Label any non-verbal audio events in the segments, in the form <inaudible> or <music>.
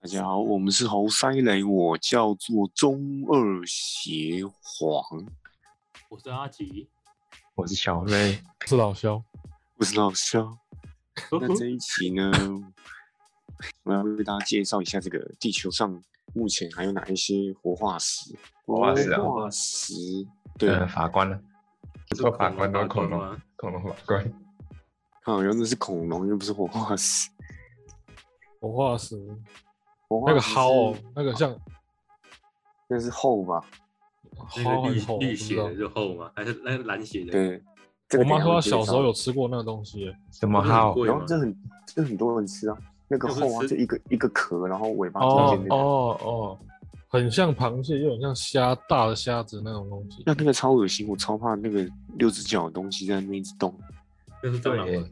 大家好，我们是猴塞雷，我叫做中二邪皇，我是阿吉。我是小瑞，是老 <laughs> 肖，不是老肖。那这一期呢，我要为大家介绍一下这个地球上目前还有哪一些活化石。活化石啊活化石对，嗯呃，法官呢？说法官都是恐龙， <laughs> 吗？恐龙法官，好像那是恐龙，又不是活化石。活化石活化那个石蒿哦是，那个像那是后吧？那蒿啊个还绿是后，我不绿知血道的。就厚嘛，还是那个蓝血的？，对，这我个妈等一下说会她介小时候绍有吃过那个东西， <laughs> 什么不是号很？贵然后吗？这很这很多人吃啊，那个就是后啊，吃就一个一个壳，然后尾巴哦尖尖的，哦哦，很像螃蟹，又很像虾，大的虾子那种东西。那那个超恶心，我超怕那个六只脚的东西在那边一直动。那是蟑螂对吗？，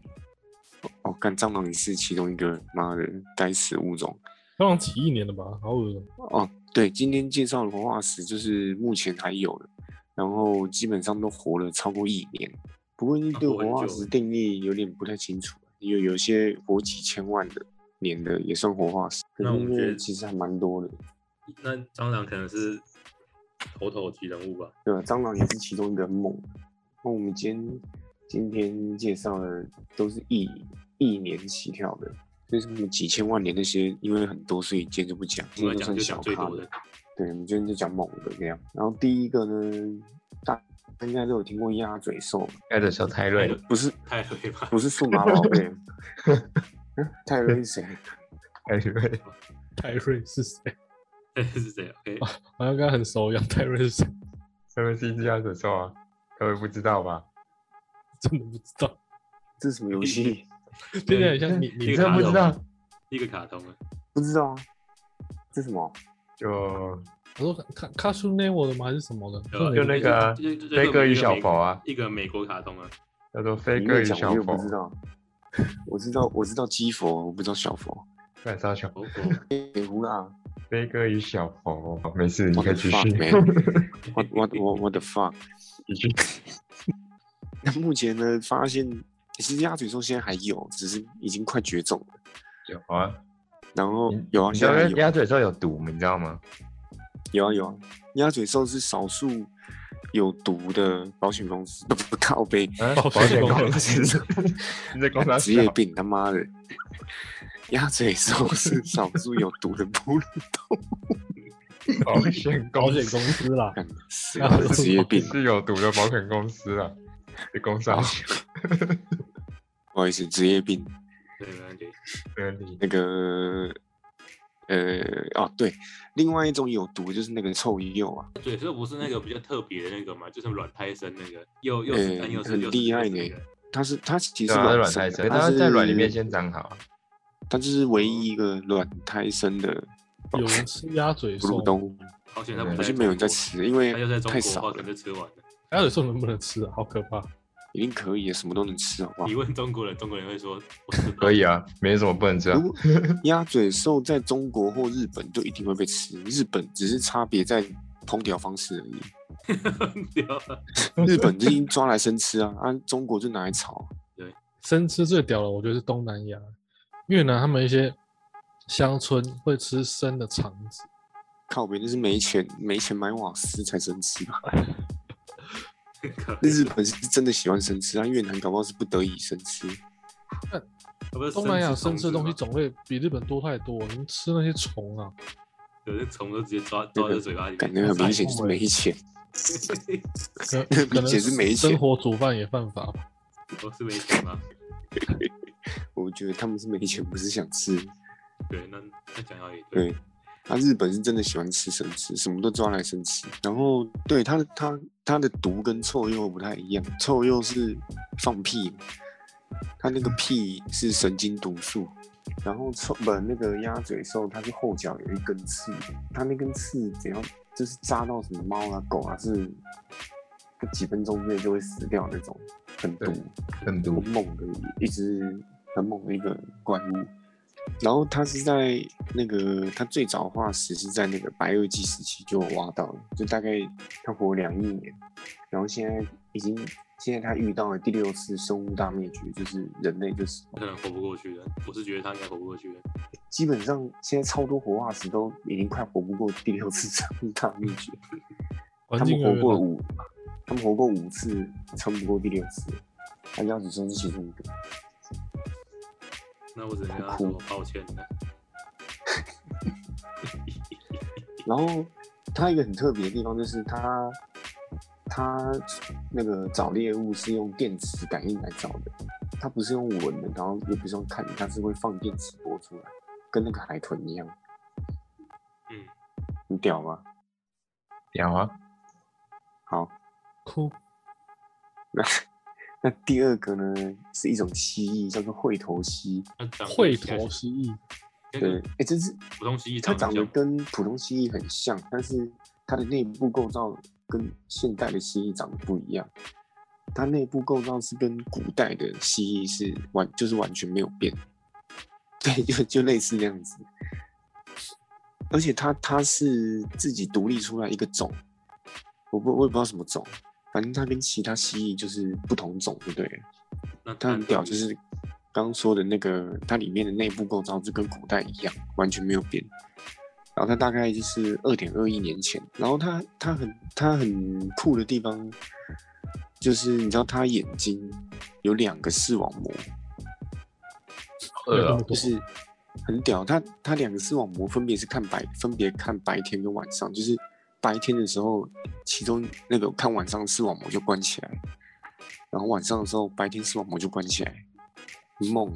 哦，干蟑螂也是其中一个，妈的，该死物种。刚刚几亿年的吧，好恶心。哦，对，今天介绍的活化石就是目前还有的，然后基本上都活了超过一年。不过因为啊对活活很化久石欸定义有点不太清楚，有有些活几千万的年的也算活化石，可那是我因觉为得其实还蛮多的，那蟑螂可能是头头级人物吧？对吧？蟑螂也是其中一个猛。那我们今天今天介绍的都是一一年起跳的，就是什么几千万年那些，因为很多，所以今天就不讲，我今们天来讲算就小讲最咖多的，对，我们今天就讲猛的这样。然后第一个呢，大大家应该都有听过鸭嘴兽吧，开的时候泰瑞，不是太累吧？ <laughs> 不是数码宝贝， <laughs> 嗯泰瑞是谁？泰瑞，泰瑞是谁？是谁？OK，哦好像跟他很熟一样。泰瑞是谁？泰瑞是一只鸭嘴兽啊，各位不知道吧？真的不知道。这是什么游戏？听起来很像你，这个你真的不知道？一个卡通啊，不知道啊，这是什么？就我说卡卡苏内我的吗？还是什么的？对吧就就那个啊就就就飞哥与一个小美佛啊，一个美国卡通啊，叫做飞你哥越与讲小我越佛不，知道。 <laughs> 我知道，我知道基佛，我不知道小佛。啊干啥小哦 <laughs> 哦，北湖啦飞哥与小佛，好没事，你，What 可 the 以继续， <laughs> fuck，man？What what what what the fuck？继续。那目前呢，发现其实鸭嘴兽现在还有，只是已经快绝种了。有啊，然后你有啊，你知现道在还有。嗯鸭嘴兽有毒，你知道吗？有啊有啊，鸭嘴兽是少数有毒的保险公司，不不靠背，啊保保险险公公司 <laughs> 司，你在公司职业病他妈的，鸭嘴兽是少数有毒的哺乳动物，保险保公险司公司啦，干 <laughs> 死啊哦鸭嘴兽职业病，是有毒的保险公司啊，是工商不好意思，职业病。对，没问题。合理。那个呃哦对，另外一种有毒就是那个臭鼬啊，对，所以不是那个比较特别的那个嘛，就是卵胎生那个，又又是呃蛋又是很又是厉害呢那个，它是它其实对啊，它卵卵生胎的生，它它是在卵里面先长好。它就是唯一一个卵胎生的有人吃鸭嘴哺乳兽，动物，好险他不对好在像没有人在中吃，因国，为他就在中太国的少话，了可。能就吃完了。鸭嘴兽能不能吃啊？好可怕！一定可以，什么都能吃，好不好你？问中国人，中国人会说我吃可以 <laughs> 啊，没什么不能吃啊如。果鸭嘴兽在中国或日本就一定会被吃，日本只是差别在烹调方式而 <laughs> 已。掉了。日本就已经抓来生吃啊，啊，中国就拿来炒。生吃最屌的，我觉得是东南亚，越南他们一些乡村会吃生的肠子，靠别就是没钱，没钱买瓦斯才生吃吧。 <laughs> 靠日本是真的喜欢生吃，啊，越南搞不好是不得已生吃。它不是东南亚生吃吃的东西虫种类比日本多太多，你们吃那些虫啊，子吗，有些虫都直接抓抓在嘴巴里感面。觉很明显是没钱， <laughs> 可可明能显是没生钱。活煮饭也犯法吧？ <laughs> 我是没钱吗？我觉得他们是没钱，不是想吃。对，那那讲到也对，对，他日本是真的喜欢吃生吃，什么都抓来生吃。然后对他的他他的毒跟臭鼬不太一样，臭鼬是放屁，他那个屁是神经毒素。然后臭不那个鸭嘴兽，它是后脚有一根刺，它那根刺只要就是扎到什么猫啊狗啊，是它几分钟之内就会死掉那种，很毒对。很毒很，猛的一只很猛的一个怪物。然后它是在那个它最早化石是在那个白垩纪时期就有挖到了，就大概它活两亿年，然后现在已经现在他遇到了第六次生物大灭绝，就是人类就是可能活不过去的。我是觉得他应该活不过去的。基本上现在超多活化石都已经快活不过第六次生物大灭绝，环他境们越活来越过烂五，他们活过五次，撑不过第六次，他要子孙是其中一个。那我只能跟他说抱歉了。然后它一个很特别的地方就是它它那个找猎物是用电磁感应来找的，它不是用闻的，然后也不是用看的，它是会放电磁波出来，跟那个海豚一样，嗯，很屌吗？屌啊！好，哭，那第二个呢是一种蜥蜴，叫做喙头蜥。那长得会像头蜥蜴，对，哎、这是普通蜥蜴它长长得得像跟普通蜥蜴很像，但是它的内部构造跟现代的蜥蜴长得不一样。它内部构造是跟古代的蜥蜴是完，就是完全没有变。对，就就类似那样子。而且它它是自己独立出来一个种，我不我也不知道什么种，反正它跟其他蜥蜴就是不同种，就对了。那它很屌，那就是刚刚说的那个，它里面的内部构造就跟古代一样，完全没有变。然后它大概就是二点二亿年前，然后它它很它很酷的地方，就是你知道它眼睛有两个视网膜，没有那饿么啊！就多。是很屌。它它两个视网膜分别是看白，分别看白天跟晚上，就是白天的时候，其中那个看晚上的视网膜就关起来，然后晚上的时候白天视网膜就关起来，很猛。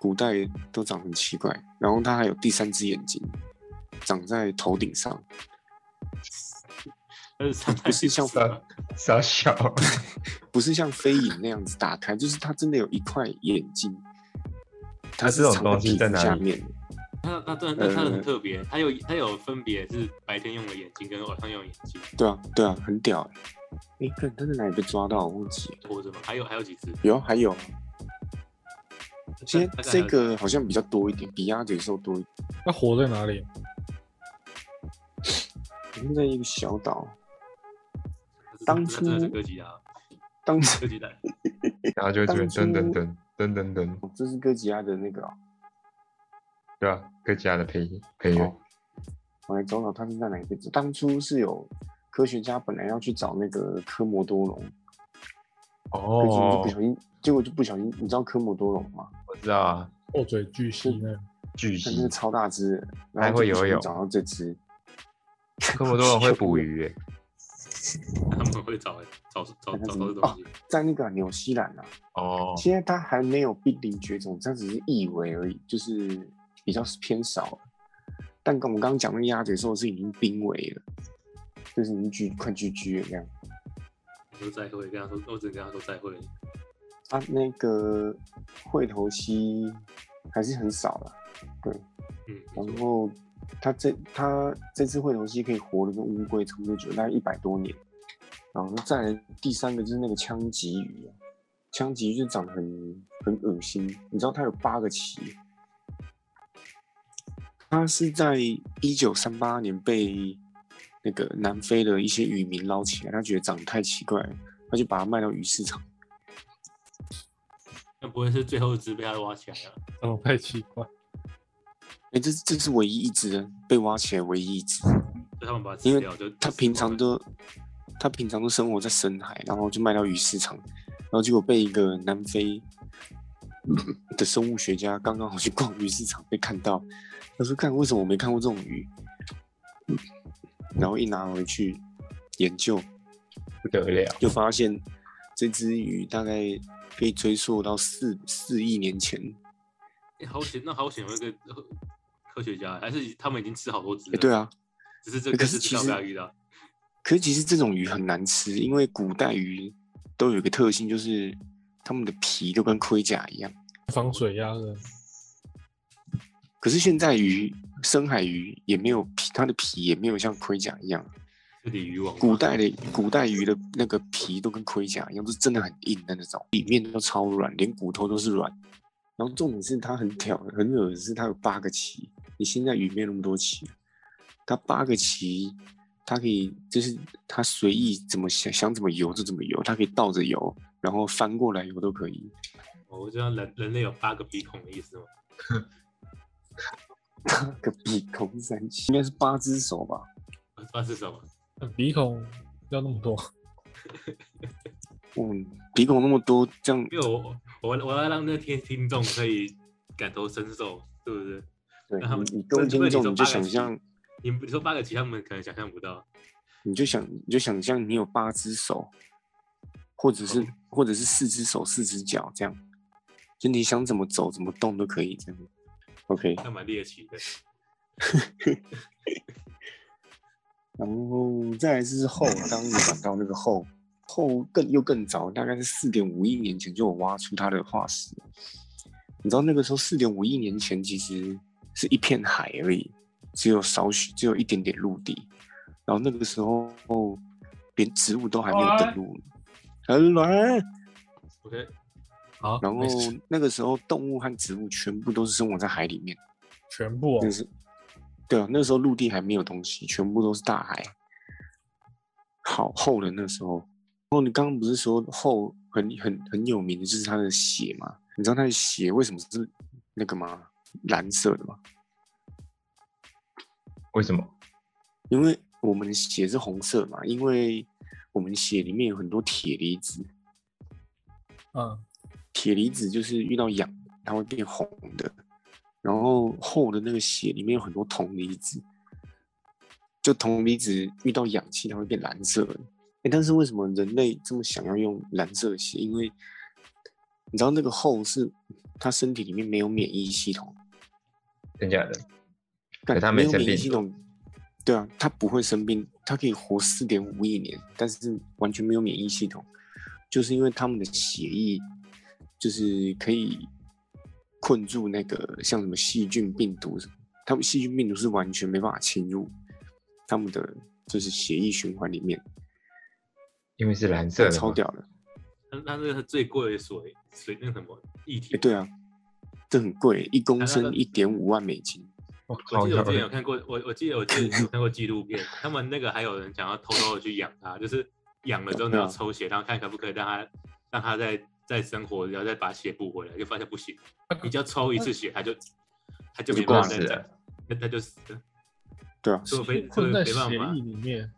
古代都长很奇怪，然后它还有第三只眼睛，长在头顶上，但是长不是像得 <laughs> 像傻小，不是像飞影那样子打开，就是它真的有一块眼睛，它那是这种藏在东西皮在肤哪下里面的。那那对，那它呃很特别，它有它有分别是白天用的眼睛跟晚上用的眼睛，对啊，对啊，很屌哎、欸！哎、看它在哪里被抓到？我忘记了。或者什么，还有还有几只。有，啊还有，现大在概还这有个好像比较多一点，比鸭嘴兽多一点。它活在哪里？我们在一个小岛，那是当那真的是啊初哥吉拉，当时哥吉拉然后就觉得噔当噔初噔噔噔噔，这是哥吉拉的那个、哦，对吧、各家的配配乐哦，我来找找它是在哪一个岛。当初是有科学家本来要去找那个科摩多龙，可是就哦不，小心，结果就不小心，你知道科摩多龙吗？我知道啊，厚嘴巨蜥那样巨它那蜥个，超大只的，然还后会就不小游心泳找到这只，科摩多龙会捕鱼 <laughs> 诶，他们会找找找找那找怎么这东西，在那个纽西兰啊，哦，现在它还没有濒临绝种，这只是意为而已，就是比较偏少。但跟我们刚刚讲那个鸭嘴兽是已经濒危了，就是已经居快居居了这样。我说再会，跟他说，我只能跟他说再会。啊，那个喙头蜥还是很少了。嗯，然后它这它这只喙头蜥可以活得跟乌龟差不多久，大概一百多年。然后再来第三个就是那个枪鲫鱼啊，枪鲫鱼就长得很很恶心，你知道它有八个鳍。它是在一九三八年被那个南非的一些渔民捞起来，他觉得长得太奇怪了，他就把它卖到鱼市场。那不会是最后一只被他挖起来啊了？长得太奇怪。哎、这这是唯一一只被挖起来唯一一只，就他们把它因吃为掉，就它平常都它平常都生活在深海，然后就卖到鱼市场，然后结果被一个南非的生物学家刚刚好去逛鱼市场被看到，他说：“看，为什么我没看过这种鱼？”然后一拿回去研究，不得了，就发现这只鱼大概可以追溯到四四亿年前。诶哎好险，那好险有一个呃科学家，还是他们已经吃好多只哎、了？对，啊，只是这可个是是其知道被他实遇到，可是其实这种鱼很难吃，因为古代鱼都有一个特性，就是它们的皮都跟盔甲一样。防水鸭的，可是现在鱼，深海鱼也没有皮，它的皮也没有像盔甲一样。是鲤鱼王吧。古代的古代鱼的那个皮都跟盔甲一样，都是真的很硬的那种，里面都超软，连骨头都是软。然后重点是它很挑，很恶的是它有八个鳍，你现在鱼没有那么多鳍，它八个鳍，它它可以就是它随意怎么想想怎么游就怎么游，它可以倒着游，然后翻过来游都可以。哦我知道人人类有八个鼻孔的意思吗？那个 <laughs> 鼻孔三应该是八只手吧？不知道是什么，嗯鼻孔要那么多，嗯，鼻孔那么多，这样因为我我我要让那些听众可以感同身受，对不对？对那他们你你各位听众那你就你说八个想鸡象，你你说八个其他们可能想象不到，你就想你就想象你有八只手，或者是或者是四只手四只脚这样，就你想怎么走怎么动都可以这样。OK，那蛮猎奇的。然后再来是后，啊刚刚你讲到那个后，后更又更早，大概是四点五亿年前就有挖出它的化石。你知道那个时候四点五亿年前其实是一片海而已，只有少许只有一点点陆地，然后那个时候连植物都还没有登陆。来， OK，好，然后没事那个时候动物和植物全部都是生活在海里面，全部哦就，是对啊，那时候陆地还没有东西，全部都是大海，好厚的那时候。然后你刚刚不是说厚很很很有名的就是它的血嘛？你知道它的血为什么是那个吗？蓝色的吗？为什么？因为我们的血是红色嘛，因为我们血里面有很多铁离子，嗯，铁离子就是遇到氧，它会变红的。然后厚的那个血里面有很多铜离子，就铜离子遇到氧气，它会变蓝色的。哎，但是为什么人类这么想要用蓝色的血？因为你知道那个厚是它身体里面没有免疫系统，真假的？但可它没没有生免疫病系统，对啊，它不会生病，它可以活四点五亿年，但是完全没有免疫系统，就是因为他们的血液就是可以困住那个像什么细菌、病毒什么，他们细菌、病毒是完全没办法侵入他们的就是血液循环里面，因为是蓝色的超嘛，屌的。那那那个最贵的水水那什么液体哎，，对啊，这很贵，一公那升个一点五万美金。我我好记得我哦屌之前有看过，我我记得我之前有看过纪 <laughs> 录片，他们那个还有人想要偷偷的去养它，就是养了之后你要抽血，然后看可不可以让它让它再再生活，然后再把血补回来，就发现不行，你只要抽一次血，它就它就就没挂办法再死长，了。那它就死了。对啊，所以我 <laughs> 没所以困在没血办法液，里面，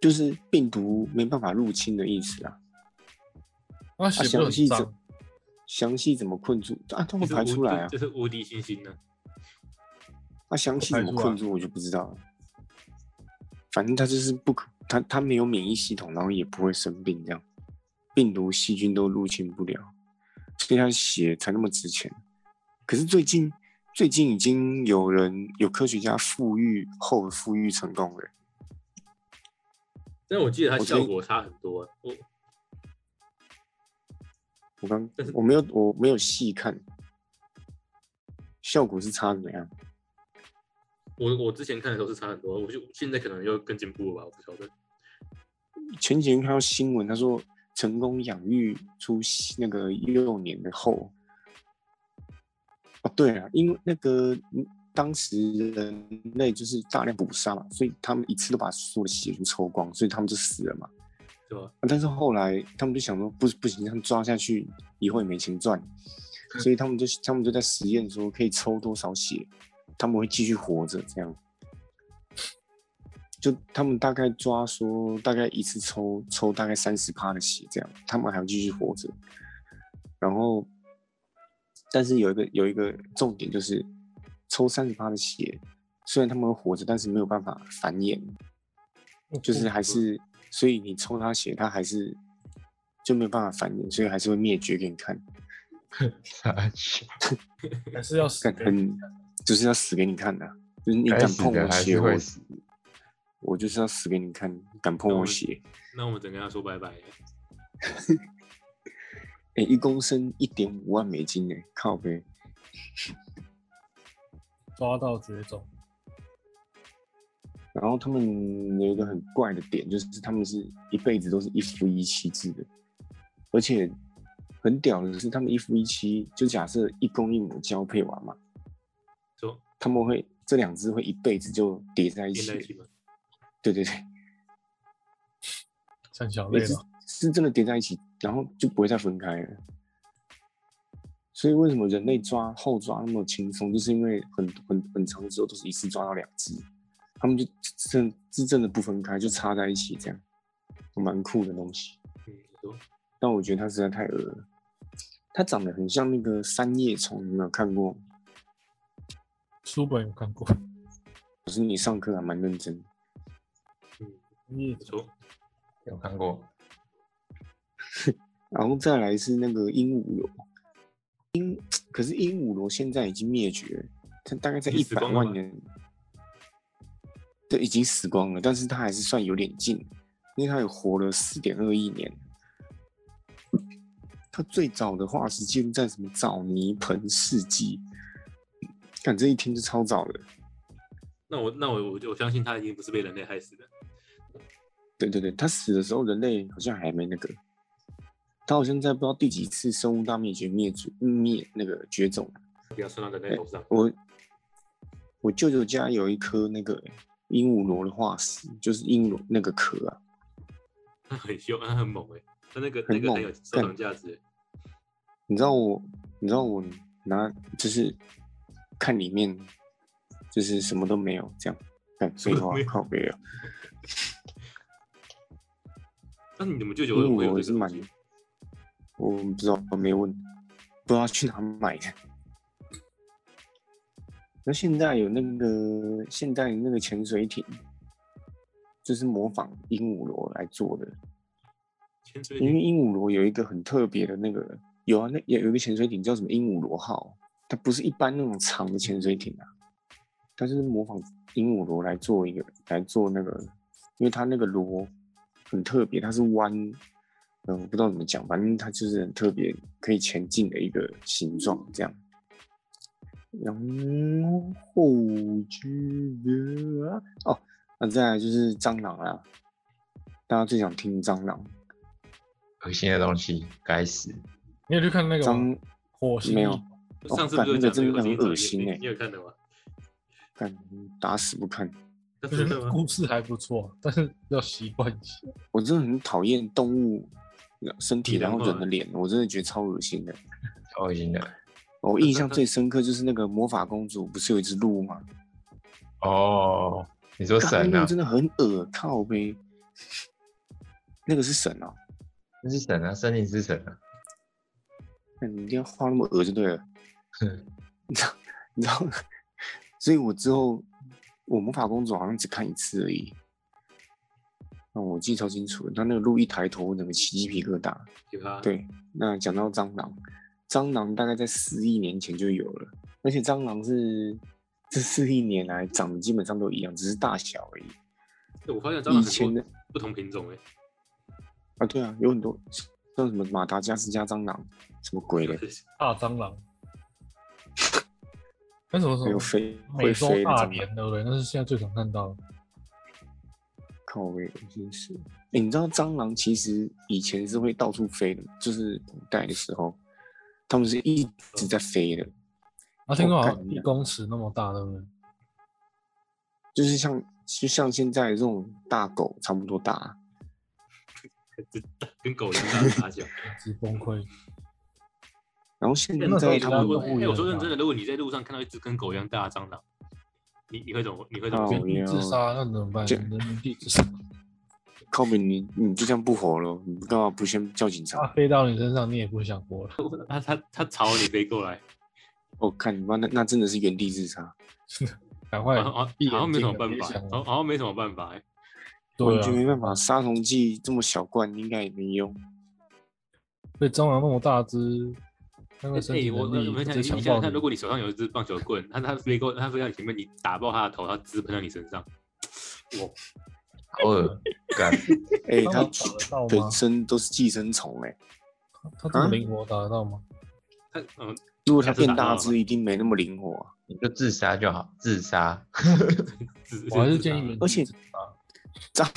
就是病毒没办法入侵的意思啊。啊，啊，血不详是很细怎脏，详细怎么困住啊？它会就是排出无来啊就，是无敌星星呢。啊，详细怎么排出来困住我就不知道了。反正它就是不可，它它没有免疫系统，然后也不会生病，这样病毒细菌都入侵不了，所以它的血才那么值钱。可是最近最近已经有人有科学家复育后复育成功了，但我记得它我觉得效果差很多啊，我我刚但是我没有我没有细看，效果是差怎么样？我我之前看的时候是差很多，我就现在可能又更进步了吧，我不晓得。前几天看到新闻，他说成功养育出那个幼年的后。哦，对啊，因为那个嗯当时人类就是大量捕杀嘛，所以他们一次都把所有的血全抽光，所以他们就死了嘛。对吧？啊但是后来他们就想说，不不行，他们抓下去以后也没钱赚，所以他们就他们就在实验说可以抽多少血，他们会继续活着这样。就他们大概抓说，大概一次抽抽大概三十趴的血这样，他们还要继续活着。然后，但是有一个有一个重点就是，抽三十趴的血，虽然他们会活着，但是没有办法繁衍，就是还是，所以你抽他血，他还是就没有办法繁衍，所以还是会灭绝给你看，傻笑还是要死看的，很就是要死给你看的、就是你该敢死碰的我还血，是我会死。我就是要死给你看，敢碰那我我血，那我们只能跟他说拜拜。哎、一公升一点五万美金呢、靠呗，抓到绝种，然后他们有一个很怪的点，就是他们是一辈子都是一夫一妻制的，而且很屌的是，他们一夫一妻，就假设一公一母交配完嘛，说他们会这两只会一辈子就叠在一连在一起起。吗？对对对，三小也类是了，是真的叠在一起，然后就不会再分开了。所以为什么人类抓后抓那么轻松，就是因为很很很长的时候都是一次抓到两只，他们就真是真的不分开，就插在一起这样，蛮酷的东西。嗯，有但我觉得它实在太恶了，它长得很像那个三叶虫，你有没有看过？书本有看过，可是你上课还蛮认真的，嗯，你不错。有看过，然后再来是那个鹦鹉螺，鹦，可是鹦鹉螺现在已经灭绝了，它大概在已经一死百光了万吗年，对，已经死光了，但是它还是算有点近，因为它有活了四点二亿年。它最早的化石记录在什么早泥盆世纪，看这一听就超早了。那我那我我就我相信他已经不是被人类害死的。对对对，他死的时候人类好像还没那个，他好像在不知道第几次生物大灭绝灭绝灭那个绝种。不要算到人类头上。我我舅舅家有一颗那个鹦鹉螺的化石，就是鹦鹉那个壳啊，他很凶，他很猛哎、欸，他那个很那个很猛有收干藏价值欸、你知道我，你知道我拿就是看里面就是什么都没有这样，干废什么都话没有靠背啊，但你们舅舅鹦会不鹉会有螺嗯这是个东蛮西？我不知道，我没问，不知道去哪买的。那现在有那个现在那个潜水艇，就是模仿鹦鹉螺来做的，潜水因为艇鹦鹉螺有一个很特别的那个，有啊，那有有一个潜水艇叫什么鹦鹉螺号，它不是一般那种长的潜水艇啊，它是模仿鹦鹉螺来做一个来做那个，因为它那个螺很特别，它是弯，嗯，我不知道怎么讲，反正它就是很特别，可以前进的一个形状这样。然后之的啊哦，那再来就是蟑螂啦，大家最想听蟑螂。恶心的东西，该死！你有去看那个吗蟑火星没有哦上次干不是有那个讲这真的个很新闻恶心你欸你有看到 <laughs> 吗？干打死不看。那就是真啊的吗？故事还不错，但是要习惯一下。我真的很讨厌动物身体，你然然后后人的呢脸，我真的觉得超恶心的。超恶心的。我印象最深刻就是那个魔法公主不是有一只鹿吗？哦，你说干神那啊个？真的很恶靠呗。那个是神哦、那是神啊，森林之神啊。那你一定要画那么恶就对了。 <laughs> 哼你知道，你知道，所以我之后我魔法公主好像只看一次而已。那我记得超清楚的，她那个鹿一抬头，我整个起鸡皮疙瘩。 <laughs> 有啊，对，那讲到蟑螂，蟑螂大概在四亿年前就有了，而且蟑螂是这四亿年来长得基本上都一样，只是大小而已。对，我发现蟑螂以前很的多不同品种哎、啊，对啊，有很多像什么马达加斯加蟑螂，什么鬼的，大蟑螂，那什么什还有么飞会嗯美洲飞的大蟑螂，蠊，对不对？那是现在最常看到的。靠背真是。诶你知道蟑螂其实以前是会到处飞的，就是古代的时候，他们是一直在飞的，啊，听说好我像看一公尺那么大，对不对？就是像就像现在这种大狗差不多大。 <laughs> 跟狗一样大的大小。简直崩溃。然后现那那时候在也他大们如果动哎物园我说认吧真的，如果你在路上看到一只跟狗一样大的蟑螂，你你会怎么？你会怎么哦做？没有自杀那怎么办？这人民币自杀，靠北，你你就这样不活了，你干嘛不先叫警察 <laughs> 它？飞到你身上，你也不想活了，它它它朝你飞过来，我、哦看你妈那那真的是原地自杀，赶好快像好闭眼好像没什么睛啊办别法，哦想了好好像没什么办法哎、对完啊全，没办法。杀虫剂这么小罐，应该也没 <laughs> 用。被蟑螂那么大只，那哎、个身体我我能力们想，在你想强想暴看，如你，果你手上有一只棒球棍，它它飞过，它飞到你前面，你打爆它的头，它直喷到你身上。哇，好恶干！哎、蟑它螂打得到全？吗身都是寄生虫哎、它这么啊灵活打得到吗？它嗯，如果它它是变打到大了只，一定没那么灵活啊、你就自杀就好，自杀。只我还是建议原而且地自杀蟑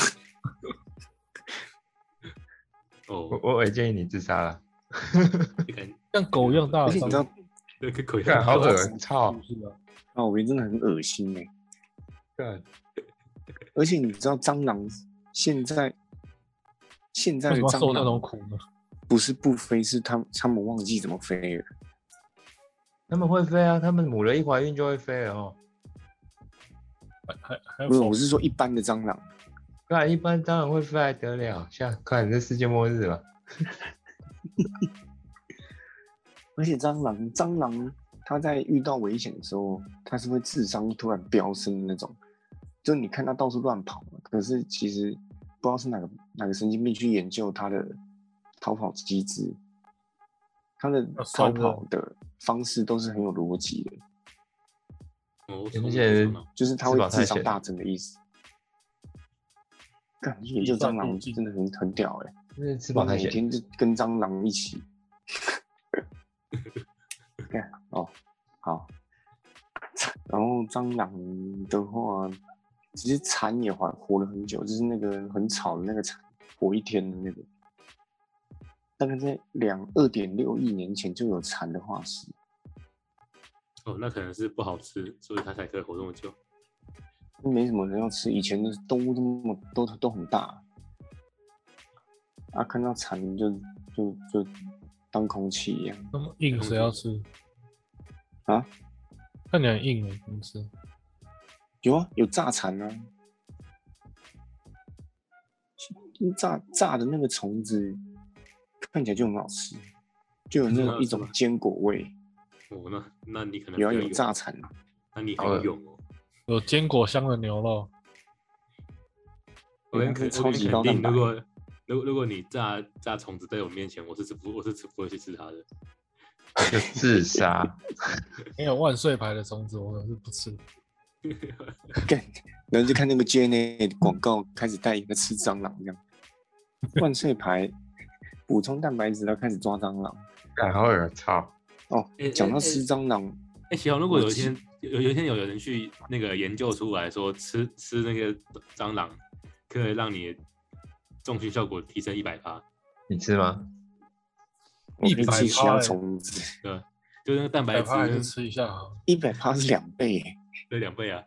哦我，我也建议你自杀了。你看像狗一样大而的且你蟑知道螂，那个口香干好糖，恶心，操！啊，我觉得真的很恶心哎、干而且你知道蟑螂现在现在为的什么要受蟑那种螂苦呢？不是不飞，是他们他们忘记怎么飞了。 <laughs> 他们会飞啊，他们母人一怀孕就会飞了哦。还还不是，否我是说一般的蟑螂，干一般当然会飞还得了，像看这世界末日了。而且蟑螂蟑螂它在遇到危险的时候，它是会智商突然飙升的那种，就你看它到处乱跑，可是其实不知道是哪个哪个神经病去研究它的逃跑机制，它的啊算逃了跑的方式都是很有逻辑的，哦而且就是它吃会饱太智商闲大增的意思。感觉研究蟑螂真的很很屌哎、真是吃我饱太每闲。天就跟蟑螂一起。 <laughs> 看哦，好。 <laughs> 然后蟑螂的话，其实蝉也活活了很久，就是那个很吵的那个蝉，活一天的那个。大概在两二点六亿年前就有蝉的化石，哦，那可能是不好吃，所以它才可以活这么久。没什么人要吃。以前的动物这么都都很大，啊，看到蝉就就就当空气一样。那么哎硬谁要吃啊？看你很硬哎，怎么吃？有啊，有炸蚕啊，炸炸的那个虫子看起来就很好吃，就有那真的种一种吗坚果味。哦，那那你可能有啊，比较有炸蚕，那你很好了勇哦。有坚果香的牛肉，我有那跟肯个我啊超跟级肯高蛋定，白如。果如果如果你炸炸虫子在我面前，我是吃不我是吃不会去吃它的。就自杀，没有万岁牌的虫子，我可是不吃。然后就看那个 JNA 的广告开始代言在吃蟑螂这 <laughs> 样，万岁牌补充蛋白质，然后开始抓蟑螂。 <laughs> 干好恶操！哦哎，讲到哎吃哎蟑螂，哎，小王，如果我有一吃天有有一天有人去那个研究出来说吃吃那个蟑螂可以让你重训效果提升一百趴，你吃吗？我可以100%吃其他欸虫子，对吧？就那个蛋白害怕还是质吃一下好了。一百趴是两倍欸。的两倍啊，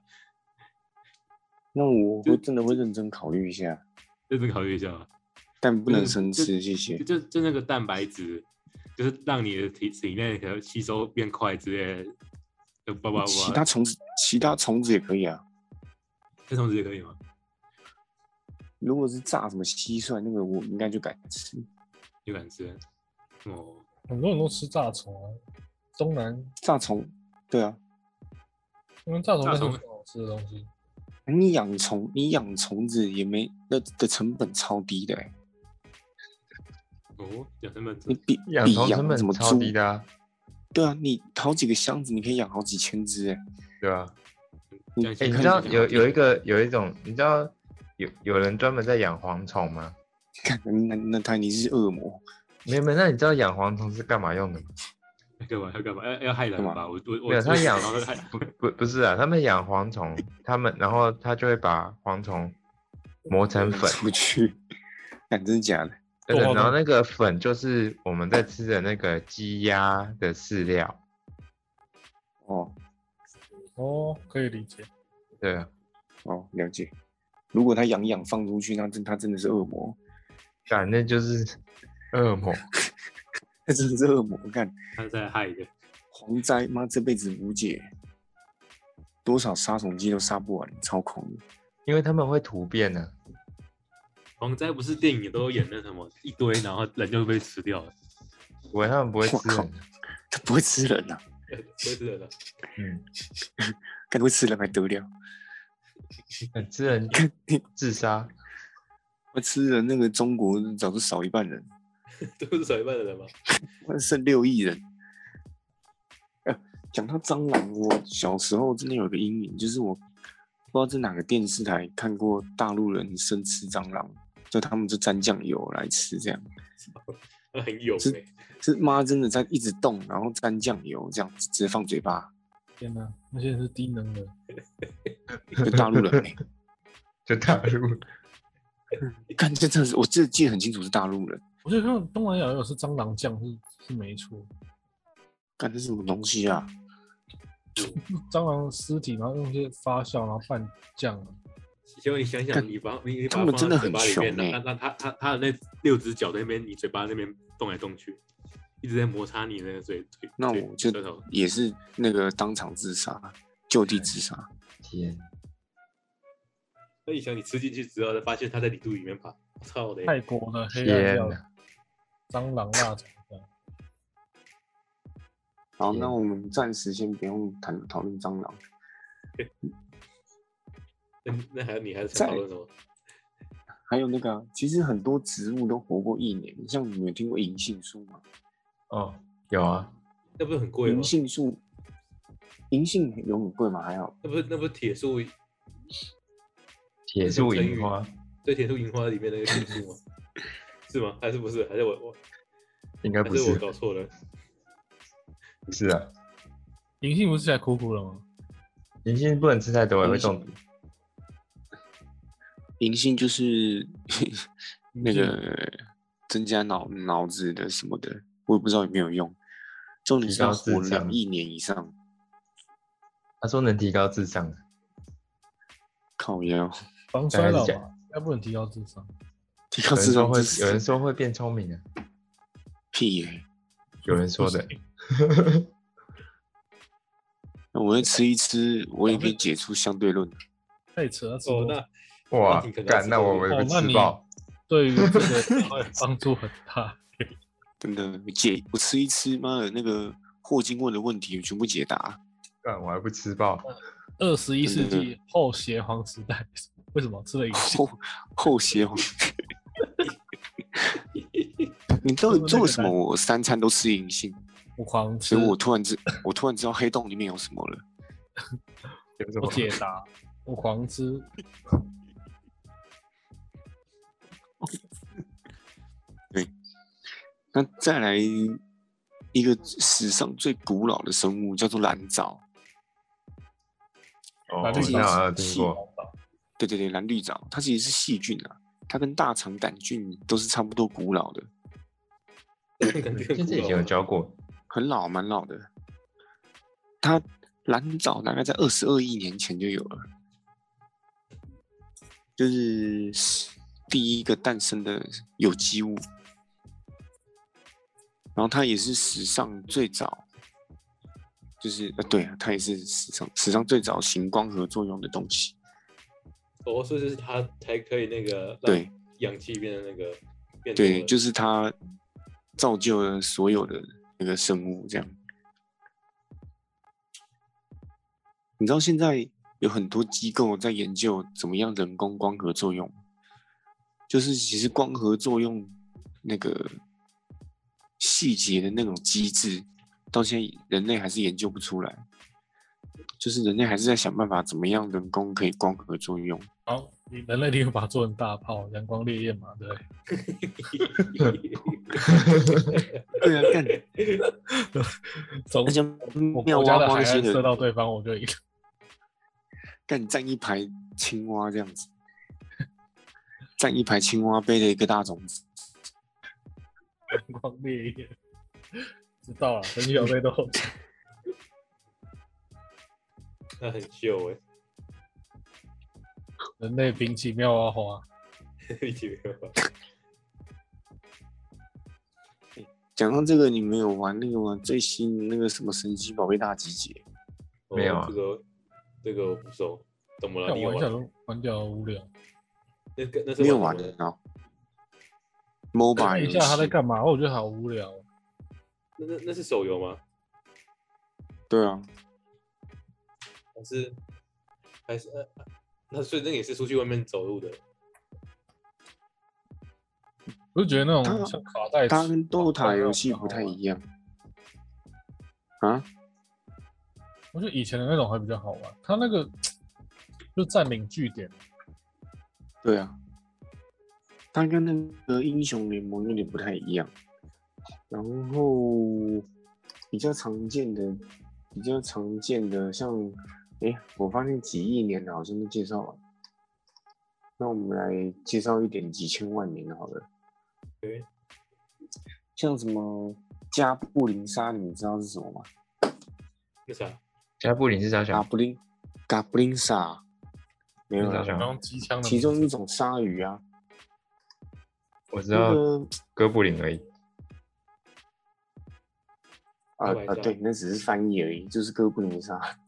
那我就会真的会认真考虑一下，认真考虑一下吧。但不能嗯生就吃，谢谢就。就就那个蛋白质，就是让你的体体内可能吸收变快之类的，就叭叭其叭他，虫子，其他虫子也可以啊。这种直接可以吗？如果是炸什么蟋蟀，那个我应该就敢吃。有感知哦，很多人都吃炸虫啊，东南炸虫，对啊，因为炸虫炸是虫很好吃的东西，你养虫，你养虫子也没那的成本超低的、欸，哦，养成本你比养比虫成养本什么超猪，低的、啊，对啊，你好几个箱子，你可以养好几千只、欸， <laughs> 哎，对吧、你哎哎、你你看知道有有一个有一种，你知道有有人专门在养蝗虫吗？看那那他你是恶魔，没有没有，那你知道养蝗虫是干嘛用的吗？干嘛要干嘛要要害人干嘛吧？我我我没有，他养然后害不不不是啊，他们养蝗虫，他们然后他就会把蝗虫磨成粉，出去， <laughs> 看真的假的？对的做然黄后那个粉就是我们在吃的那个鸡鸭的饲料，哦哦，可以理解。对啊，哦，了解。如果他养养放出去，那真他真的是恶魔， <laughs> 反正就是恶魔，他真的是恶魔，看他在害人，蝗灾，妈这辈子无解，多少杀虫剂都杀不完，超恐怖。因为他们会突变啊呢、蝗灾不是电影都有演那什么一堆，然后人就被吃掉了，啊，不会他们不会我吃靠人的，它不会吃人啊，被吃人了。嗯，干会吃人还得了？很吃人自杀，会吃人那个中国早就少一半人，都是少一半的人吗？那剩六亿人。呃，讲到蟑螂，我小时候真的有个阴影，就是我不知道在哪个电视台看过大陆人生吃蟑螂，就他们就沾酱油来吃，这样那很有是哎、是妈真的在一直动，然后沾酱油这样直接放嘴巴，天哪，那些人是低能的，就大陆人、欸。就打入看这真的是，我记得记得很清楚是大陆人。我觉得像东南亚有是蟑螂酱是是没错，干这是什么东西啊？蟑螂尸体，然后用一些发酵，然后拌酱，结果你想想，干你把你你把他它们放真在的嘴很巴里面，穷欸那那它它它的那六只脚在那边，你嘴巴那边动来动去，一直在摩擦你那个嘴嘴。那嘴我就舌头也是那个当场自杀，就地自杀。天，那你想，你吃进去之后，发现它在你肚子里面爬，操的！泰国的黑暗天料理哪，蟑螂辣肠饭。好，那我们暂时先不用谈讨论蟑螂。那那还你还是想讨论什么？还有那个啊，其实很多植物都活过一年，像你们有听过银杏树吗？哦，有啊，那不是很贵吗银？杏树，银杏有很贵吗？还好，那不是那不是铁树铁树银花，对铁树银花里面那个铁树吗？ <laughs> 是吗？还是不是？还是我我应该还不是我是，搞错了？不是啊，银杏不是起来苦苦了吗？银杏不能吃太多，银会杏 <laughs> 中毒。银杏就是 <laughs> 那杏个增加脑脑子的什么的，我也不知道有没有用。重点提是要高智活了商一年以上，他说能提高智商，靠腰，防衰大概老是这样吧，应该不能提高智商。提高有人智说商会这，是有人说会变聪明啊，屁欸耶！有人说的，那我要吃一吃，我也哦可以解出相对论。太扯了，吃哦，多那哇挺可，能干是那我会我哦被那吃你爆，对于这 <laughs> 个会帮助很大。真的解，我吃一吃，妈的那个霍金问的问题我全部解答。干我还不吃爆，二十一世真纪后邪皇时代，为什么吃了银杏？后后邪 <laughs> 王，你到底做了什么？我三餐都吃银杏，我狂吃，所以我突然知，我突然知道黑洞里面有什么了。有什我么？解答，我狂吃。那再来一个史上最古老的生物，叫做蓝藻。哦，藻那绿好像有是听过，对对对，蓝绿藻，它其实是细菌啊，它跟大肠杆菌都是差不多古老的，感觉甚至以前有教过，很老，蛮老的。它蓝藻大概在二十二亿年前就有了，就是第一个诞生的有机物。然后它也是史上最早，就是呃，对啊，它也是史上史上最早行光合作用的东西。哦，所以就是它才可以那个让对氧气变得那个变多对，了就是它造就了所有的那个生物，这样。你知道现在有很多机构在研究怎么样人工光合作用，就是其实光合作用那个细节的那种机制，到现在人类还是研究不出来。就是人类还是在想办法怎么样人工可以光合作用。好，你人类你会把它做成大炮，阳光烈焰嘛，对不对？ <laughs> 对啊，干从而且我妙我家蛙的蛙海那些岸人射到对方，我就赢了。干站一排青蛙这样子，站一排青蛙背了一个大种子，阳 <laughs> 光烈焰，知道了，神奇 <laughs> 宝贝都有那很秀 <laughs> 哎、人类兵器妙蛙花，欸，一起没有吧？讲到这个，你们有玩那个吗？最新的那个什么神奇宝贝大集结？哦没有啊这个这个我不熟，怎么了？但你我很玩想玩掉无聊。那个那是没有玩玩什么的的？啊？MOBA 看游一戏下他在干嘛，我觉得好无聊。那那那是手游吗？对啊，还是还是呃那所以那个也是出去外面走路的？我就觉得那他种像卡带，它跟 DOTA 游戏不太一样啊。我觉得以前的那种还比较好玩，它那个就占领据点，对啊，它跟那个英雄联盟有点不太一样。然后比较常见的，比较常见的像，哎、我发现几亿年的好像都介绍完。那我们来介绍一点几千万年的好了，对，像什么加布林鲨，你们知道是什么吗？那啥，加布林是啥嘎小？布林嘎布林鲨，没有是啦啥，小？用机枪的，其中一种鲨鱼啊，我知那道个哥布林而已。啊白啊，鲨对，那只是翻译而已，就是哥布林 <laughs> 鲨。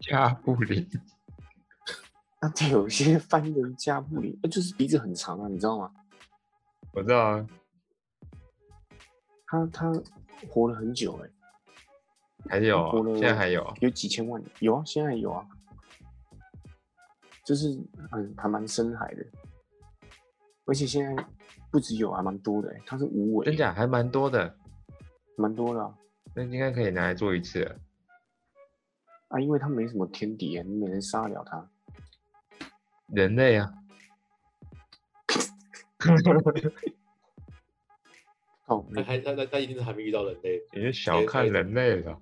加布林，啊，对，有些翻人加布林，呃就是鼻子很长啊，你知道吗？ <laughs> 我知道啊，它它活了很久哎、还有啊加布，林现在还有啊，有几千万，有啊，现在有啊，就是很还蛮深海的，而且现在不只有，还蛮多的、欸，它是无尾，真假还蛮多的，蛮多的啊那应该可以拿来做一次了。啊因为它没什么天敌、欸，你没人杀得了它。人类 <laughs> 啊，哦，嗯他还他他他一定是还没遇到人类，你是小看人类了。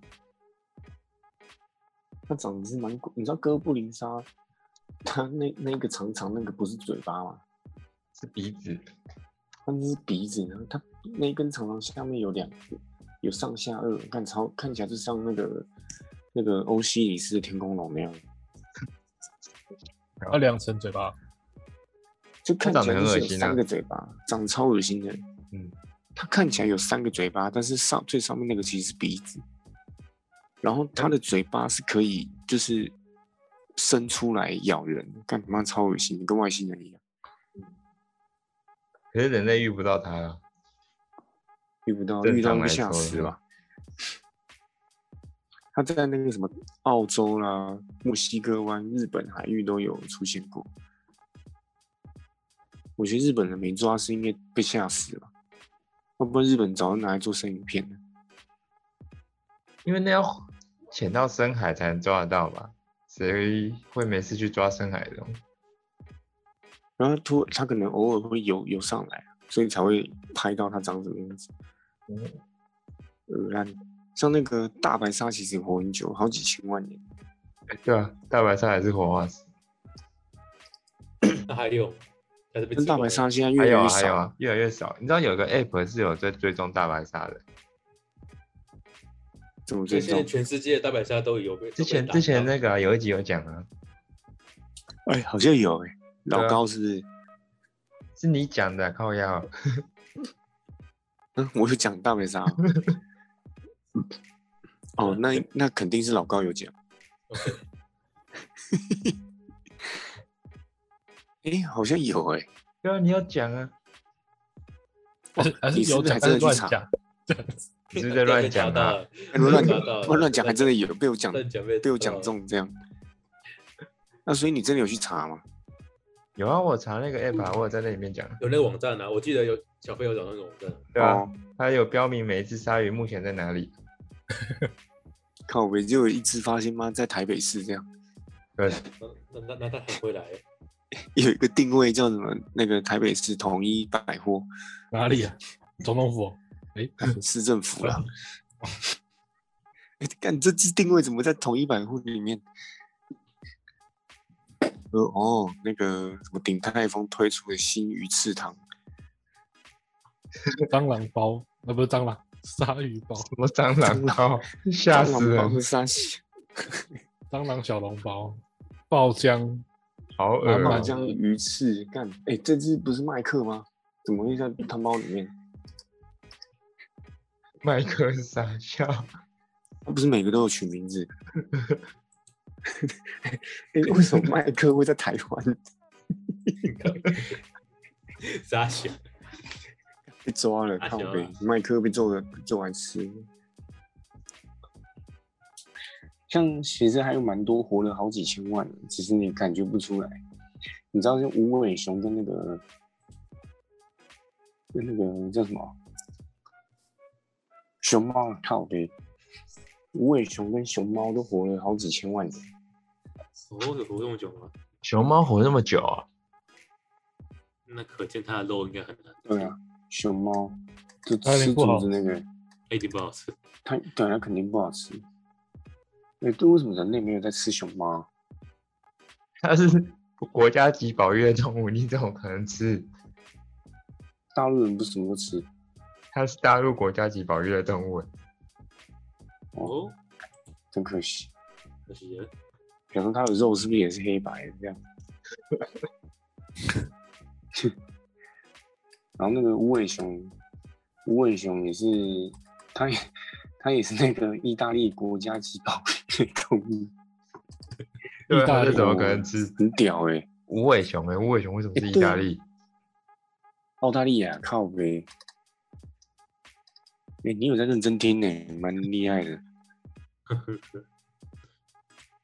它长得是蛮诡，你知道哥布林鲨，它那那个长长那个不是嘴巴吗？是鼻子，它那是鼻子，然后它那一根长长下面有两个，有上下颚，看超看起来就像那个那个欧西里斯的天空龙那样，它两层嘴巴，就看起来就它长是得很恶有心啊三个嘴巴，长得超恶心的。嗯，它看起来有三个嘴巴，但是上最上面那个其实是鼻子，然后它的嘴巴是可以就是伸出来咬人，干他妈超恶心，跟外星人一样，可是人类遇不到它了。遇不到正遇到常会来吓说死是吧。它在那个什么澳洲啦、墨西哥湾、日本海域都有出现过。我觉得日本人没抓是因为被吓死了，要不然日本早就拿来做生鱼片了。因为那要潜到深海才能抓得到吧？谁会没事去抓深海的东西？然后突它可能偶尔会游游上来，啊所以才会拍到它长什么样子。嗯呃，然像那个大白鲨其实活很久，好几千万年。哎对啊，大白鲨还是活化石，那还有，他是被但吃大白光鲨现在还越来越有啊还少，有啊，越来越少。你知道有个 app 是有在追踪大白鲨的，怎么所追以现在踪？全世界大白鲨都有被之前之前呢，那个啊、有一集有讲啊，哎、好像有哎、对老啊高是不是？是你讲的啊、靠腰啊，嗯，我有讲大白 <laughs> 鲨哦。哦，那那肯定是老高有讲。哎、好像有哎、对啊，你有讲啊，还是还是你是有不是讲还但是真的乱去查讲，你是不是在啊，乱讲啊？乱查到了乱讲还真的有被我讲乱讲被被我啊讲，中这样。那所以你真的有去查吗？有啊，我查那个 app，、啊、我有在那里面讲啊，有那个网站啊，我记得有小朋友找那个网站，对啊，哦，它有标明每一只鲨鱼目前在哪里，靠北，就有一只发现吗？在台北市这样，对，那那那那他很会 <laughs> 来，有一个定位叫什么？那个台北市统一百货哪里啊？总统府哦？哎，市政府啦。嗯 <laughs> 哎、干这只定位怎么在统一百货里面？呃哦，那个什么鼎泰丰推出的新鱼翅汤，蟑螂包，呃那不是蟑螂，鲨鱼包，什么蟑螂包，吓蟑死螂人包，沙西蟑螂小笼包，爆浆，好恶妈麻啊妈！酱鱼翅干，哎、这只不是麦克吗？怎么会在汤包里面？麦克傻笑，它不是每个都有取名 <laughs> 字？ <laughs> 哎为什么麦克会在台湾傻小，被抓了？啊靠行啊北，麦克被揍了，揍来吃。像其实还有蛮多活了好几千万的，只是你感觉不出来。你知道，像无尾熊跟那个跟那个叫什么熊猫啊，靠北，无尾熊跟熊猫都活了好几千万年。哦，有活动久吗？熊猫活那么久啊？那可见它的肉应该很难，对啊，熊猫就它有点吃不好竹子那个，哎一定不好吃，它对它肯定不好吃。哎、对，为什么人类没有在吃熊猫啊？ <laughs> 它是国家级保育的动物，你怎么可能吃？大陆人不是什么都吃？它是大陆国家级保育类动物，哦，哦，真可惜。可惜了。想说它的肉是不是也是黑白的这样？ <laughs> 然后那个无尾熊，无尾熊也是，它也它也是那个意大利国家级保育动物，对意大啊，利这怎么可能吃很屌哎、无尾熊、欸？无尾熊为什么是欸意对大啊利？澳大利亚靠呗。哎、你有在认真听呢、蛮厉害的。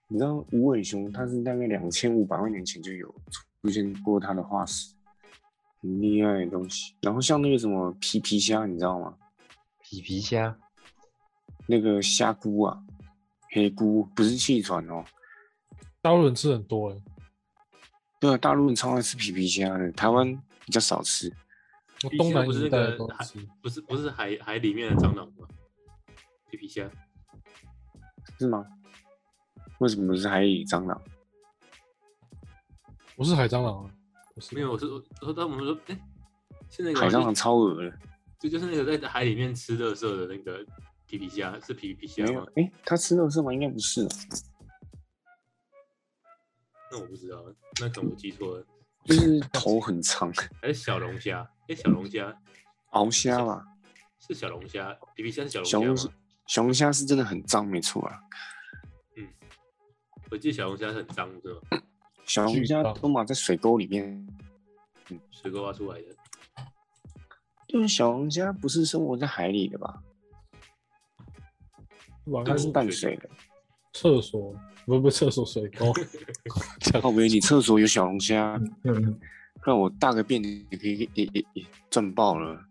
你知道无尾熊它是大概两千五百万年前就有出现过它的化石，很厉害的东西。然后像那个什么皮皮虾，你知道吗？皮皮虾，那个虾菇啊，黑菇不是气喘哦。大陆人吃很多哎、对啊，大陆人超爱吃皮皮虾的，台湾比较少吃。我皮东虾南不是一那带个都海吃。不是不是海海里面的蟑螂吗？皮皮虾，是吗？为什么是海里蟑螂？我是海蟑螂啊，不是没有，我是我说他们说，哎、是那个海蟑螂就超恶的，就就是那个在海里面吃垃圾的那个皮皮虾，是皮皮虾没有吗？？哎、它吃肉色吗？应该不是、啊，那我不知道，那可能我记错了，就是头很长，还是小龙虾？哎、小龙虾鳌虾吧。是小龙虾，皮皮虾是小小龙龙虾虾吗？小龙虾是真的很脏，没错啊。我记得小龙虾是很脏的，小龙虾都嘛在水沟里面，水沟挖出来的。就是啊小龙虾不是生活在海里的吧？网它上是是淡水的。厕所，不不厕所水沟，讲靠北，你厕所有小龙虾，哦嗯，不然我大个便也可以也也也赚爆哦了。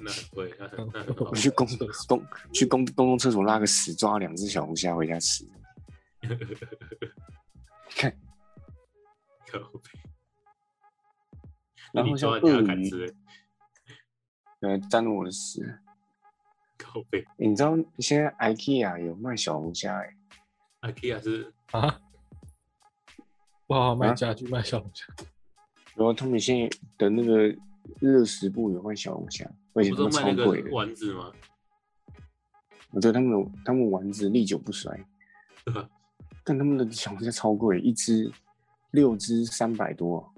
那很贵，那很那很好我。 <laughs> 去公厕所公去公公共厕所拉个屎，抓两只小龙虾回家吃。靠北然你后像抓你鳄要敢鱼，吃，呃，沾了我的屎。靠背。你知道现在 IKEA 有卖小龙虾、欸， IKEA 是 <laughs> 啊，不好好卖啊家具，卖小龙虾，然后他们现在的那个热食部有卖小龙虾，而且他不们是超卖那贵的个。丸子吗？我对他们的他们丸子历久不衰对吧，但他们的小龙虾超贵，一只六只三百多，啊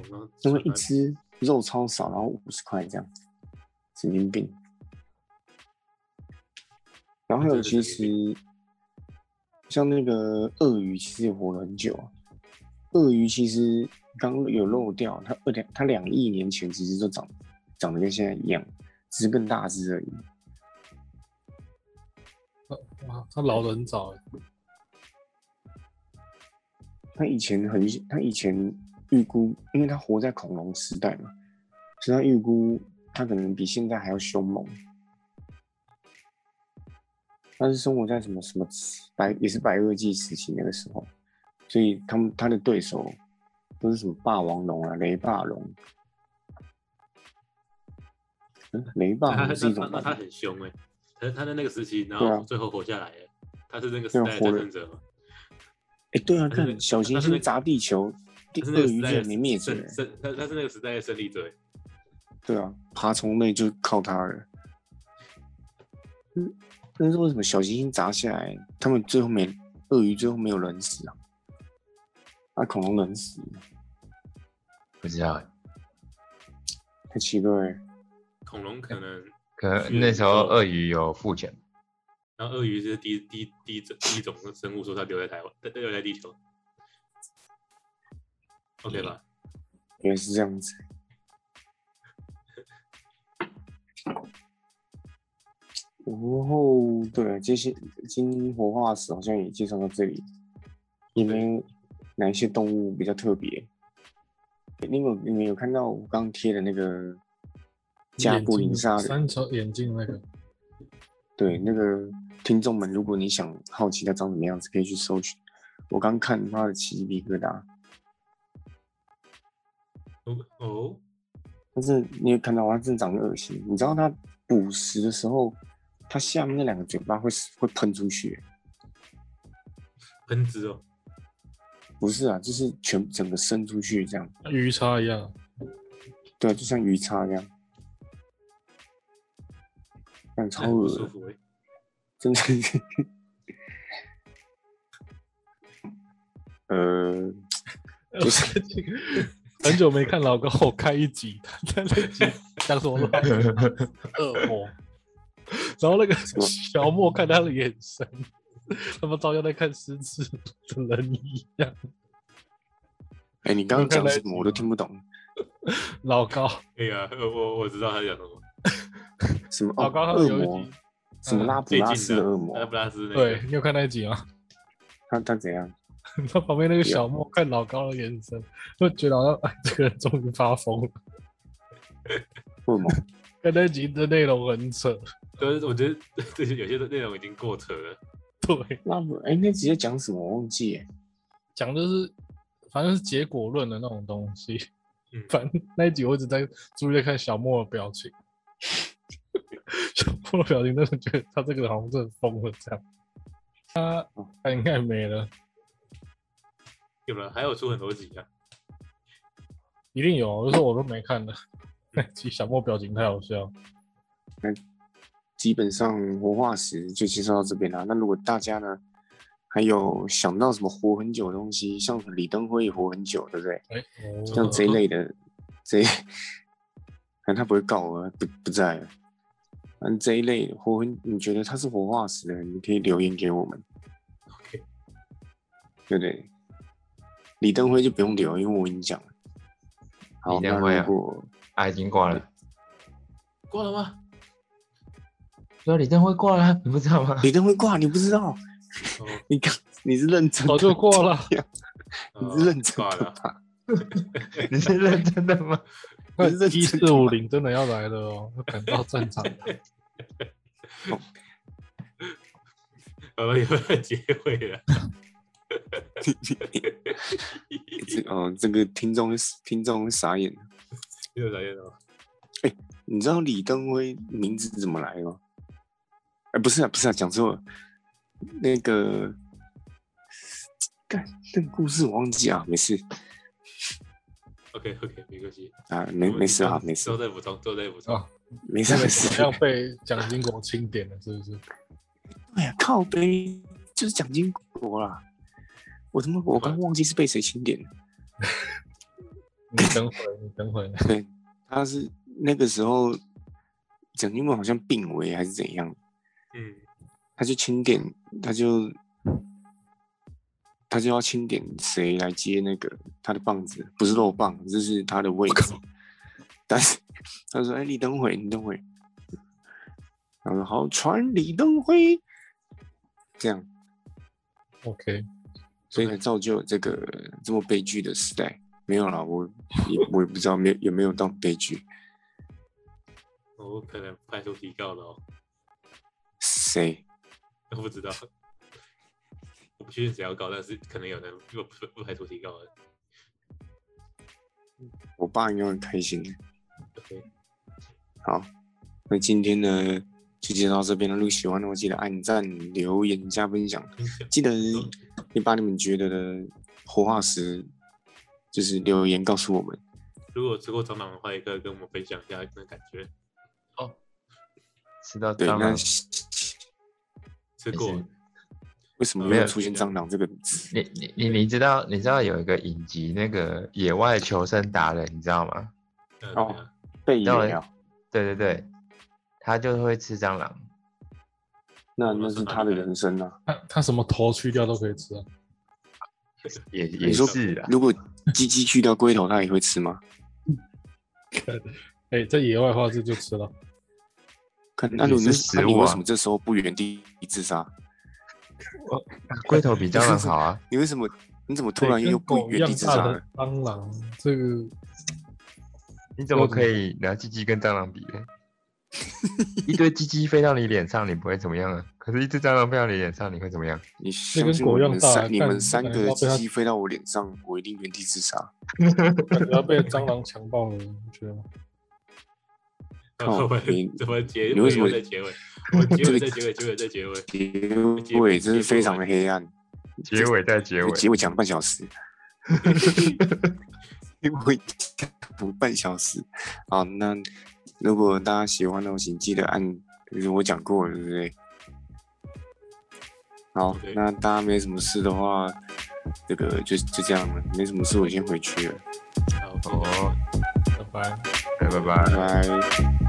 我刚因为一只肉超少，然后五十块这样，神经病。然后还有其实像那个鳄鱼，其实也活了很久啊。鳄鱼其实刚有漏掉，它二两它两亿年前其实就长长得跟现在一样，只是更大只而已。哇，他老的很早哎、他以前很，他以前预估，因为他活在恐龙时代嘛，所以他预估他可能比现在还要凶猛。他是生活在什么什么白也是白垩纪时期那个时候，所以他们他的对手都是什么霸王龙啊、雷霸龙。嗯，雷霸他龙是一种他他很凶哎，他他在那个时期，然对啊后最后活下来哎，他是那个时代对啊的战活争者嘛，哎、对啊，他是那看小行他是那星砸地球，他地是那鳄个时鱼代竟的然没灭绝胜，胜，他他是那个时代的胜利者哎，对啊，爬虫类就靠它了。嗯，但是为什么小行星砸下来，他们最后没鳄鱼最后没有人死啊？啊，恐龙人死，不知道欸，太奇怪了。恐龙可能，可是能那时候说鳄鱼有付 <laughs> 钱，然后鳄鱼是第一第一第一种第一种生物，说它留在台湾，留在地球，OK 吧？原来是这样子。然后对，这些金活化石好像也介绍到这里。你们有哪一些动物比较特别？你们有你们有看到我刚刚贴的那个加眼布林镜鲨的？三球眼镜那个，对，那个听众们，如果你想好奇它长什么样子，可以去搜寻。我刚看它的奇迹皮疙瘩，嗯哦哦，但是你也看到它真的长得恶心。你知道它捕食的时候，它下面那两个嘴巴会会喷出去，喷汁哦，不是啊，就是全整个伸出去这样，啊鱼叉一样，对啊，就像鱼叉一样。但那超很不恶舒的，服、欸。真的是。呃，不是最近 <laughs> 很久没看老高，我开一集，他在那集讲什么烂 <laughs> 恶魔，然后那个么小莫看他的眼神，他妈照样在看狮子的人一样。哎、你刚刚你有看讲那什一集么我都听不懂，老高，哎呀，呃我我知道他讲什么，什么老哦高他们恶有一魔集，，什么嗯拉普最拉近斯的恶阿魔布，拉斯那个对，你有看那一集吗？ <laughs> 他他怎样？他旁边那个小莫看老高的眼神，就觉得好像哎，这个人终于发疯了。恶魔，跟那集的内容很扯，但是我觉得这些有些内容已经够扯了。对，拉普，哎、那直接讲什么我忘记耶，讲的是反正是结果论的那种东西。嗯， <laughs> 反正那一集我一直在注意在看小莫的表情， <laughs> 小莫的表情真的觉得他这个人好像真的疯了这样。他他应该没了，有没有？还有出很多集啊？一定有。我就说我都没看的，那集小莫表情太好笑。基本上活化石就介绍到这边啦。那如果大家呢，还有想到什么活很久的东西，像李登辉也活很久，对不对？哎、像这一类的，这一，可能他不会告我，不不在了。嗯，这一类活很，你觉得他是活化石的，你可以留言给我们 OK 对不对？李登辉就不用留，因为我已经讲了。好，李登辉啊那如果啊，已经挂了。挂了吗？对啊，李登辉挂了啊，你不知道吗？李登辉挂，你不知道，哦，你刚你是认真的，早就过了，你哦是认真挂的了。吧？ <laughs> 你是认真的 <laughs> 吗？ <laughs> 你是认一真四五零真的要来了哦，要赶到 <laughs> 战场了。好了，有了结尾了。这哦，这个听众听众会傻眼。又来又来，你知道李登辉名字怎么来的吗？哎、不是啊，不是啊，讲错了。那个，干，那个故事我忘记啊，没事 OK OK，没关系，啊，没没事啊，没事之，后再补充，之后再补充。啊，没事这没个事怎。么样被蒋经国钦点了？是不是？哎呀，靠背就是蒋经国啦。我他妈，我刚忘记是被谁钦点的。你等会儿，你等会儿，对，他是那个时候，蒋经国好像病危还是怎样，嗯，他就清点，他就他就要清点谁来接那个他的棒子，不是肉棒，这是他的位置。但是他说：“哎、李登辉，李登辉。”然后说好传李登辉，这样， OK，所以才造就这个这么悲剧的时代。没有啦，我也我也不知道没有有没有到悲剧，我可能派出提告了哦，谁我不知道， <laughs> 我不确定谁要告，但是可能有人不不不排除提告了。我爸应该很开心。 OK，好，那今天呢就介绍到这边了。如果喜欢的话，记得按赞、留言、加分享。分享记得你把你们觉得的活化石，就是留言告诉我们。如果吃过蟑螂的话，也可以跟我们分享一下那感觉。吃到对，蟑那螂，吃过没事 <laughs> 为什么没没有有出现蟑螂这个词？你你你你知道你知道有一个影集那个野外求生达人，你知道吗？嗯，哦对啊被野当然啊？对对对，他就会吃蟑螂。那那是他的人生啊。他他什么头去掉都可以吃啊。也你也说是啊啦，如果鸡鸡去掉龟头，他也会吃吗？哎、在野外的话，这就吃了。看，那如果也你是那食你物啊为什么这时候不原地自杀？龟头比蟑螂好啊。你为什么？你怎么突然哎跟又不狗一原样地自大杀的了？蟑螂，这个 <laughs> 你怎么可以拿鸡鸡跟蟑螂比 <laughs> 呢？一堆鸡鸡飞到你脸上，你不会怎么样啊？可是，一只蟑螂飞到你脸上，你会怎么样？你相信狗我一样你们大三你干们三感觉个到被鸡它鸡飞到我脸上，我一定原地自杀。感觉要被蟑螂强暴了，你觉得吗？靠我们哦你怎么结？你为什么我在结尾？我结尾在结尾，结尾在 <laughs> 结尾。结结尾真是非常的黑暗。结尾再结尾，结尾讲了半小时，结尾讲了半小时。好，那如果大家喜欢的话，请记得按就是我讲过了，对不对？好 OK 那大家没什么事的话，这个就就这样了。没什么事，我先回去了，好，哦，拜拜。拜拜。拜拜。